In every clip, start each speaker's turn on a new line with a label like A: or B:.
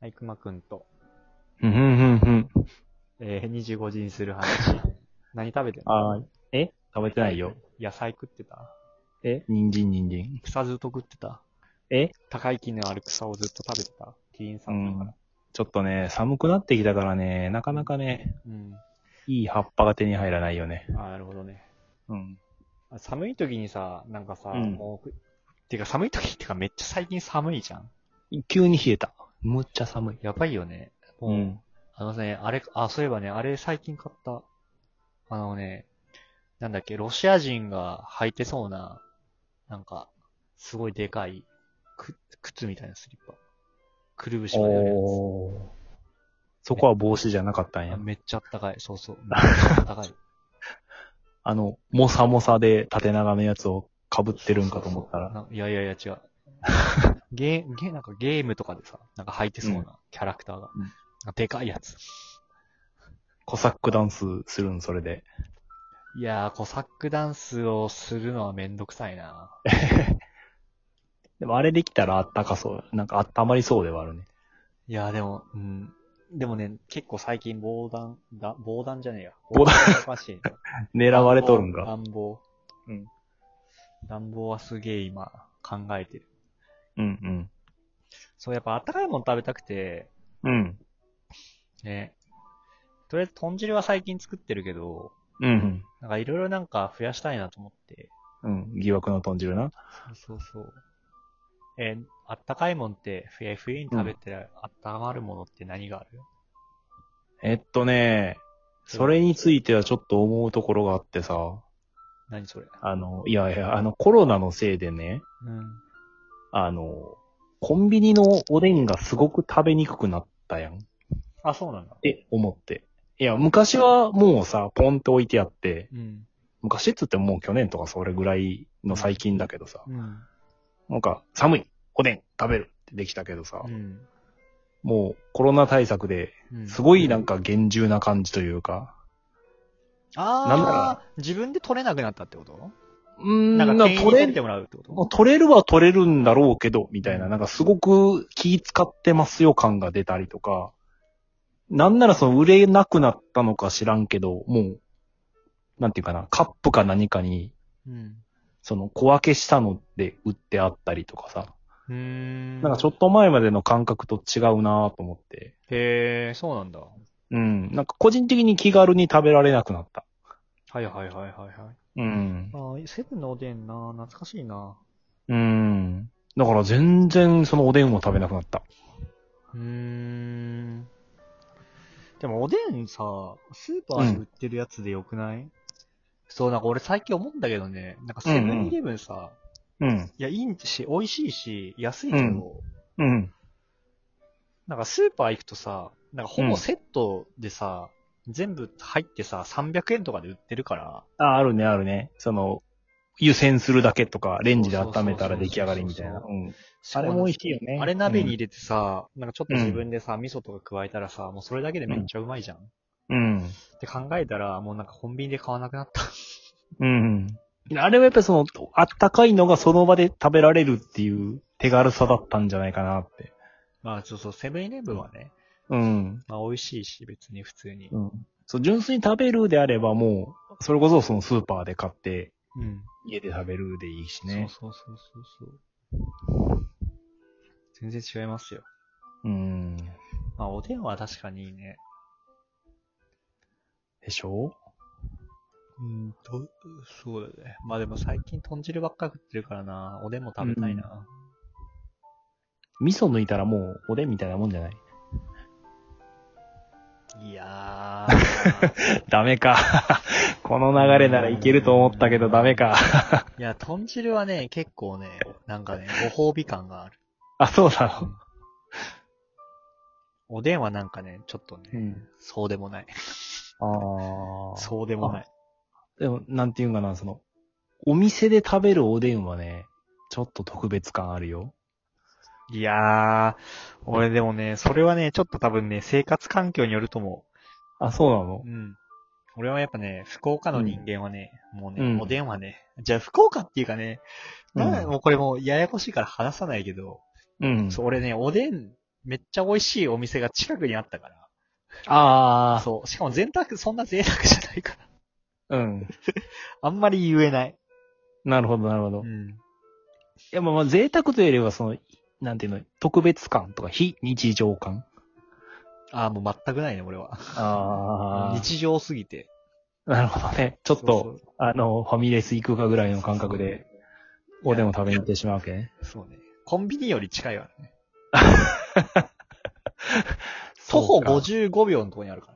A: はい、くまくんと、
B: うん、うん、うん。
A: えー、25時にする 話。何食べてんの
B: あーえ食べてないよ。。
A: 野菜食ってた
B: え人参、人参。
A: 草ずっと食ってた
B: え
A: 高い木のある草をずっと食べてたティーンさ
B: うん
A: だか
B: ん。ちょっとね、寒くなってきたからね、なかなかね、
A: ら。うん。
B: いい葉っぱが手に入らないよね。
A: あーなるほどね。
B: うん。
A: あ寒い時にさ、なんかさ、
B: うん
A: もう、てか寒い時ってかめっちゃ最近寒いじゃん。
B: 急に冷えた。むっちゃ寒い。
A: やばいよね。もう、
B: うん。
A: あのね、あれ、あ、そういえばね、あれ最近買った。あのね、なんだっけ、ロシア人が履いてそうな、なんか、すごいでかい、く、靴みたいなスリッパ。くるぶしまであるや
B: おー。そこは帽子じゃなかったん
A: つあ。
B: や。
A: めっちゃあったかい。そう そう。めっちゃあったかい。
B: あの、もさもさで縦長のやつを被ってるんかと思ったら。
A: な。いやいやいや、違 う。ゲー、ゲー、なんかゲームとかでさ、なんか履いてそうなキャラクターが。
B: うん
A: なんかでかいやつ。
B: コサックダンスするん、それで。
A: いやー、コサックダンスをするのはめんどくさいな。
B: でもあれできたらあったかそう。なんか温まりそうではあるね。
A: いや、でも、うん。でもね、結構最近防弾、だ防弾じゃねえや。
B: 防弾
A: 弾おか しいな。
B: 狙われとるんか。
A: 暖房。
B: うん。
A: 暖房はすげえ今、考えてる。
B: うん
A: そう、やっぱ温かいもの食べたくて、
B: うん。うん。
A: ね。とりあえず豚汁は最近作ってるけど、
B: うん。
A: なんかいろいろなんか増やしたいなと思って。
B: うん。疑惑の豚汁な。
A: そうそうそう。えー、あったかいもんって、冬冬に食べてあったまるものって何がある、
B: えっとね、それについてはちょっと思うところがあってさ、
A: 何それ
B: あの、いやいや、あの、コロナのせいでね、
A: うん。
B: あの、コンビニのおでんがすごく食べにくくなったやんっ
A: あ、そうなんだ。
B: て思って。いや、昔はもうさ、ポンって置いてあって、
A: うん。
B: 昔っつってもう去年とかそれぐらいの最近だけどさ、
A: うん。
B: なんか、寒い、おでん、食べるってできたけどさ、
A: うん。
B: もうコロナ対策で、すごいなんか厳重な感じというか、
A: ああ、
B: なんなら
A: 自分で取れなくなったってこと
B: うーん、
A: なんか、
B: なん
A: 店
B: か
A: 員に取
B: 取れ
A: ってもらうってこと
B: もう取れるは取れるんだろうけど、みたいな、なんかすごく気使ってますよ感が出たりとか、なんならその売れなくなったのか知らんけど、もう、なんていうかな、カップか何かに、
A: うん。
B: その小分けしたので売ってあったりとかさ、
A: うーん。
B: なんかちょ
A: ょっ
B: っと前までの感覚と違うなぁと思って、
A: へえ、そうなんだ。は
B: うん、なんか個人的に気軽に食べられなくなった。
A: いはいはいはいはい。
B: うん。
A: ああ、セブンのおでんな、懐かしいな。
B: うん。だから全然そのおでんを食べなくなった。
A: うーん。でもおでんさ、スーパーで売ってるやつでよくない、そう、なんか俺最近思うんだけどね、なんかセブンイレブンさ、
B: うん。
A: いや、いいんし、美味しいし、安いけど、
B: うんうん。
A: なんかスーパー行くとさ、なんかほぼセットでさ、全部入ってさ、300円とかで売ってるから。
B: あ、あるね、あるね。その、湯煎するだけとか、レンジで温めたら出来上がりみたいな。
A: そう
B: うんあれも美味しいよね。
A: あれ鍋に入
B: 入
A: れてさ、なんかちょっと自分でさ、味噌とか加えたらさ、もうそれだけでめっちゃうまいじゃん。っ
B: うん。
A: て考えたら、もうなんかコンビニで買わなくなった。
B: うん。うん。あれはやっぱりその、あったかいのがその場で食べられるっていう手軽さだったんじゃないかなって。
A: まあ、そうそう、セブンイレブンはね、
B: うん。
A: まあ美味しいし、別に普通に。
B: うん。そう、純粋に食べるであればもう、それこそそのスーパーで買って、
A: うん。
B: 家で食べるでいいしね。
A: そうそうそうそうそう。全然違いますよ。
B: うん。
A: まあ、おでんは確かにいいね。
B: でしょ
A: うんと、そうだね。まあでも最近豚汁ばっか食ってるからな、おでんも食べたいな。
B: 味噌抜いたらもうおでんみたいなもんじゃない
A: いや ー。
B: ダメか。この流れならいけると思ったけどダメか。
A: いや、豚汁はね、結構ね、なんかね、ご褒美感がある。
B: あ、そうなの
A: おでんはなんかね、ちょっとね、
B: ん。
A: そうでもない。
B: ああ。
A: そうでもない。
B: でも、なんていうんかな、その、お店で食べるおでんはね、ちょっと特別感あるよ。
A: いやー、俺でもね、それはね、ちょっと多分ね、生活環境によると思
B: あ、そうなの
A: う。うん。俺はやっぱね、福岡の人間はね、もうね、
B: うん
A: おでんはね、じゃあ福岡っていうかね、
B: うん
A: なんもうこれもうややこしいから話さないけど、
B: うん
A: そう、俺ね、おでんめっちゃ美味しいお店が近くにあったから。
B: あ
A: そう。しかも贅沢、そんな贅沢じゃないから。
B: あ、うん。
A: あんまり言えない。
B: なるほど、なるほど。
A: う
B: い
A: ん。
B: や、まあまあ、贅沢というよりは、その、なんていうの、特別感とか、非日常感。
A: ああ、もう全くないね、俺は。
B: ああ、
A: 日常すぎて。
B: なるほどね。ちょっと、
A: そうそう
B: あの、ファミレス行くかぐらいの感覚で、おでんを食べに行ってしまうわけね。
A: そうね。コンビニより近いわね。
B: そ
A: 徒
B: う
A: 歩
B: か
A: 55秒のところにあるか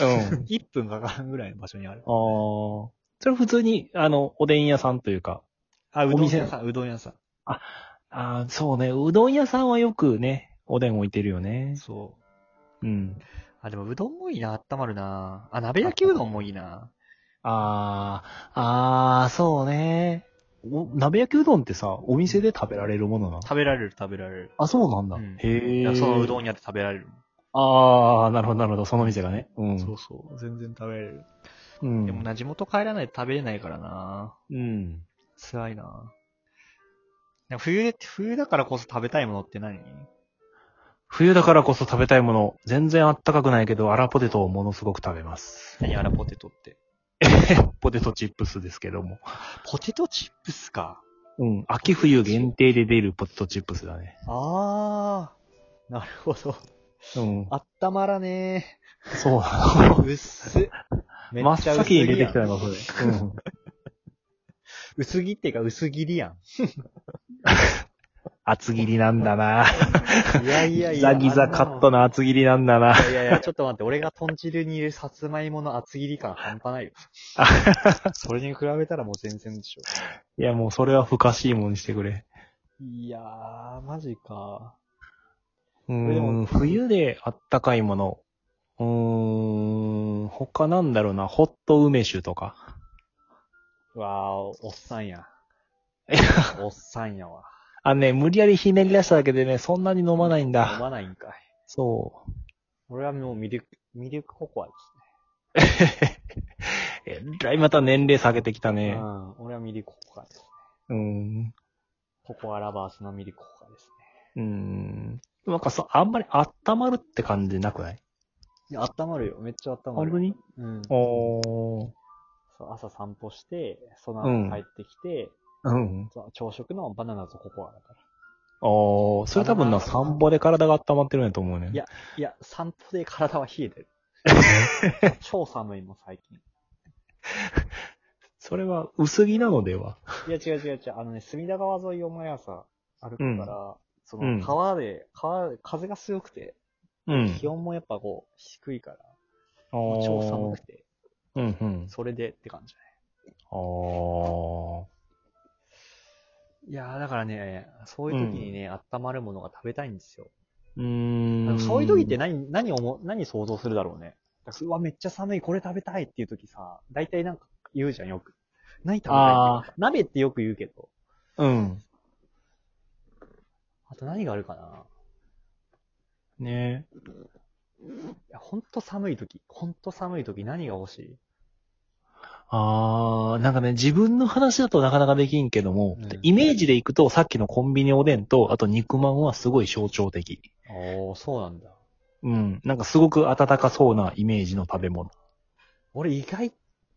A: ら。
B: うん。
A: 1分かからんぐらいの場所にある。
B: ああ。それ普通に、あの、おでん屋さんというか。
A: あ、う
B: お
A: どん
B: 店
A: 屋さん、うどん屋さ
B: ああ、そうね。うどん屋さんはよくね、おでん置いてるよね
A: ん。。そう。
B: うん。
A: あ、でもうどんもいいな、温まるな。あ、鍋焼きうどんもいいな。
B: ああ、ああ、そうね。お、鍋焼きうどんってさ、お店で食べられるものなの
A: 食べられる、食べられる。
B: あ、そうなんだ。
A: うんい
B: へ
A: や
B: え。
A: そのうど
B: ん。
A: ん屋で食べられる。
B: ああ、なるほど、なるほど。その店がね。うん。
A: そうそう。全然食べられる。
B: うん。
A: でもな、地元帰らないと食べれないからな。
B: うん。
A: 辛いな。でも冬で、冬だからこそ食べたいものって何
B: 冬だからこそ食べたいもの、全然あったかくないけど、アラポテトをものすごく食べます。
A: 何アラポテトって。
B: ポテトチップスですけども。
A: ポテトチップスか。
B: うん。秋冬限定で出るポテトチップスだね。
A: あー。なるほど。
B: うん。
A: あったまらね
B: そう
A: え
B: な。
A: うっす。 め
B: 真っ
A: っちゃ薄
B: 先に
A: 着
B: 出て
A: や
B: きた
A: ん。
B: のがそれ。うん。
A: 薄着っていうか薄切りや
B: 厚切りなんだな。
A: ん。いやいやい
B: ギ
A: や。
B: ザギザカット
A: な。
B: な厚切りなんだな。
A: いやいやいや、ちょっと待って、俺が豚汁にいるさつまいもの厚切り感半端ないよ。 それに比べたらもう全然でしょ。
B: いや、もうそれは不可思いもんにしてくれ。
A: いやー、マジか。
B: う
A: で
B: ん。
A: も
B: 冬であったかいもの。うーん。他なんだろうな。ホット梅酒とか。
A: わー、おっさんや。 おっさんやわ。
B: あのね、無理やりひねり出しただけでね、そんなに飲まないん
A: 飲
B: だ。
A: まないんかい。
B: そ
A: 俺はもうミルク、ミルクココアで
B: う。えらいまた年齢下げてきた
A: すね。
B: ね
A: う。ん。俺はミルクココアですね。
B: うん。
A: ココアラバースのミルクココアです
B: うん。なんかそう、あんまり温まるって感じなくない
A: ね。いや、温まるよ。めっちゃ温ま
B: 本
A: る。
B: 当に
A: うん。
B: おー。
A: そう朝散歩して、その
B: うん
A: 後帰ってきて、
B: うん。
A: そう朝食のバナナとココアだから。
B: おー。それ多分な、散歩で体が温まってるんやと思うね。
A: いやいや、散歩で体は冷え てる。超寒いもん、最近。
B: それは薄着なのではい
A: や、違う違う違う。あのね、隅田川沿いを毎朝歩くから、
B: うん
A: そうの
B: ん
A: 川で、川、風が強くて、
B: うん
A: 気温もやっぱこう、低いから、
B: おー
A: 超寒くて、
B: うんうん。
A: それでって感じだ
B: おー。
A: ね。いやー、だからね、そういう時にね、温まるものが食べたいんですよ。
B: うー
A: だか
B: ん。
A: らそういう時って何、何思う、何想像するだろうね。だからうわ、めっちゃ寒い、これ食べたいっていう時さ、大体なんか言うじゃん、よく。何食べたい
B: あ
A: って鍋ってよく言うけど。
B: うん。
A: あと何があるかな
B: ね
A: いやほんと寒い時、ほんと寒い時何が欲しい
B: あー、なんかね、自分の話だとなかなかできんけども、
A: うん
B: イメージでいくと、さっきのコンビニおでんと、あと肉まんはすごい象徴的。
A: おー、そうなんだ。
B: うん。なんかすごく温かそうなイメージの食べ物。
A: 俺意外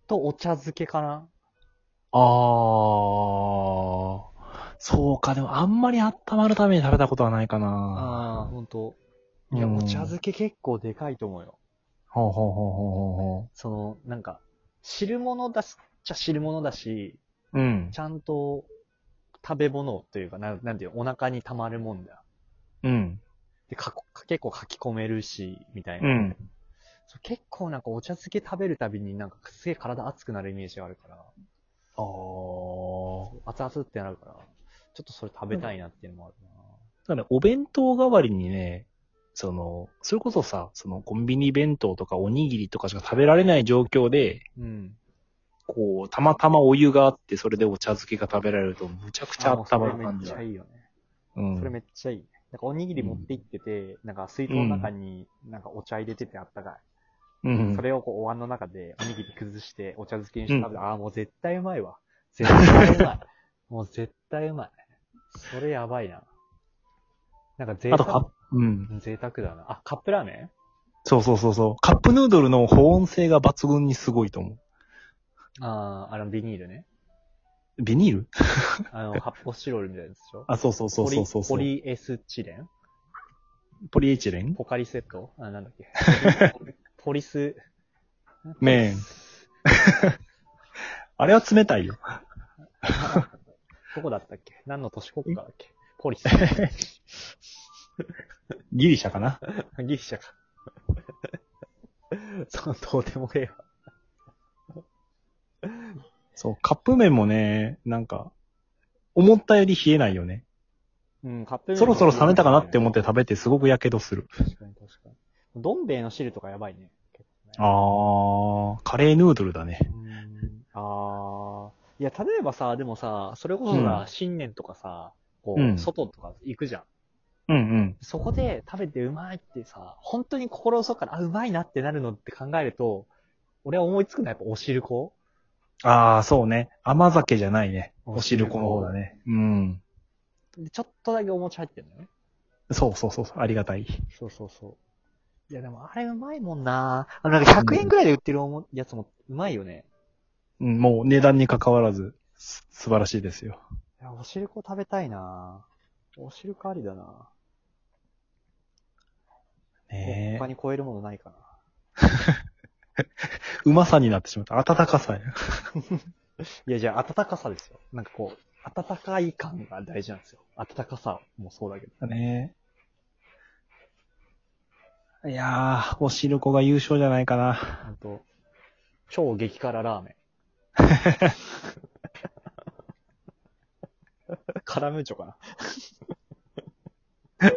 A: とお茶漬けかな
B: あー。そうか、でもあんまり温まるために食べたことはないかな。
A: ああ、ほんと。いや、
B: うん
A: お茶漬け結構でかいと思うよ。
B: ほうほうほうほうほ
A: その、なんか、汁物だし、ちゃ汁物だし、
B: う。うん。
A: ちゃんと食べ物というか、なんなんていうの、お腹に溜まるもんだ。
B: うん。
A: で、かこ結構書き込めるし、みたいうな。
B: ん。
A: そう結構なんかお茶漬け食べるたびになんかすげえ体熱くなるイメージがあるから、
B: あー。
A: 熱々ってなるから、ちょっとそれ食べたいなっていうのもあるな。
B: だからお弁当代わりにね、その、それこそさ、そのコンビニ弁当とかおにぎりとかしか食べられない状況で、
A: うん。
B: こう、たまたまお湯があって、それでお茶漬けが食べられると、むちゃくちゃ
A: あもうそ
B: 温ま
A: れ
B: る
A: めっ
B: 感じ
A: ち
B: だ
A: ゃ。いいよね。
B: うん
A: それめっちゃいい。なんかおにぎり持って行ってて、なんか水筒の中になんかお茶入れててあったかい。
B: うん
A: そ。れをこうお椀の中でおにぎり崩してお茶漬けにして食べた、ああ、もう絶対うまいわ。絶対うまい。もう絶対うまい。それやばいな。なんか贅
B: あとカッ
A: 沢。
B: うん。
A: 贅沢だな。あ、カップラーメン
B: そうそうそうそう。カップヌードルの保温性が抜群にすごいと思
A: ああ、あの、ビニールね。
B: う。ビニール
A: あの、発泡スチロールみたいなやつでしょ
B: あ、そうそうそうそうそうそう
A: ポリポリエスチレン
B: ポリエチレン
A: ポカリセットあ、なんだっ け。ポリス、
B: 麺。あれは冷たいよ。
A: どこだったっけ何の都市国家だっけポリス。
B: ギリシャかな
A: ギリシャ か。そのどうでもええわ。
B: そう、カップ麺もね、なんか、思ったより冷えないよね。
A: うん、カップ麺
B: そろそろ冷めたかなって思って食べてすごく火傷する。
A: 確かに確かに。どん兵衛の汁とかやばいね。結構ね
B: あー、カレーヌードルだね。
A: うんあー。いや、例えばさ、でもさ、それこそさ、
B: うん
A: 新年とかさ、こ
B: うん
A: う、外とか行くじゃん。
B: うんうん。
A: そこで食べてうまいってさ、本当に心の底から、あ、うまいなってなるのって考えると、俺は思いつくのはやっぱお汁粉
B: あー、そうね。甘酒じゃないね。
A: お
B: お汁粉の方だね。うん。
A: でちょっとだけお餅入ってんのよね。
B: そうそうそうそう、ありがたい。
A: そうそうそう。いやでもあれうまいもんなあのなんか100円ぐらいで売ってるおもやつもうまいよね。
B: うん、もう値段に関わらず、す素晴らしいですよ。
A: いや、お汁粉食べたいなお汁粉ありだな
B: ね
A: 他に超えるものないかな。
B: え。うまさになってしまった。温かさや。
A: いやじゃあ温かさですよ。なんかこう、温かい感が大事なんですよ。温かさもそうだけど。
B: ねえ。いやー、お汁粉が優勝じゃないかな。
A: ほんと、超激辛ラーメン。カラムーチョかな。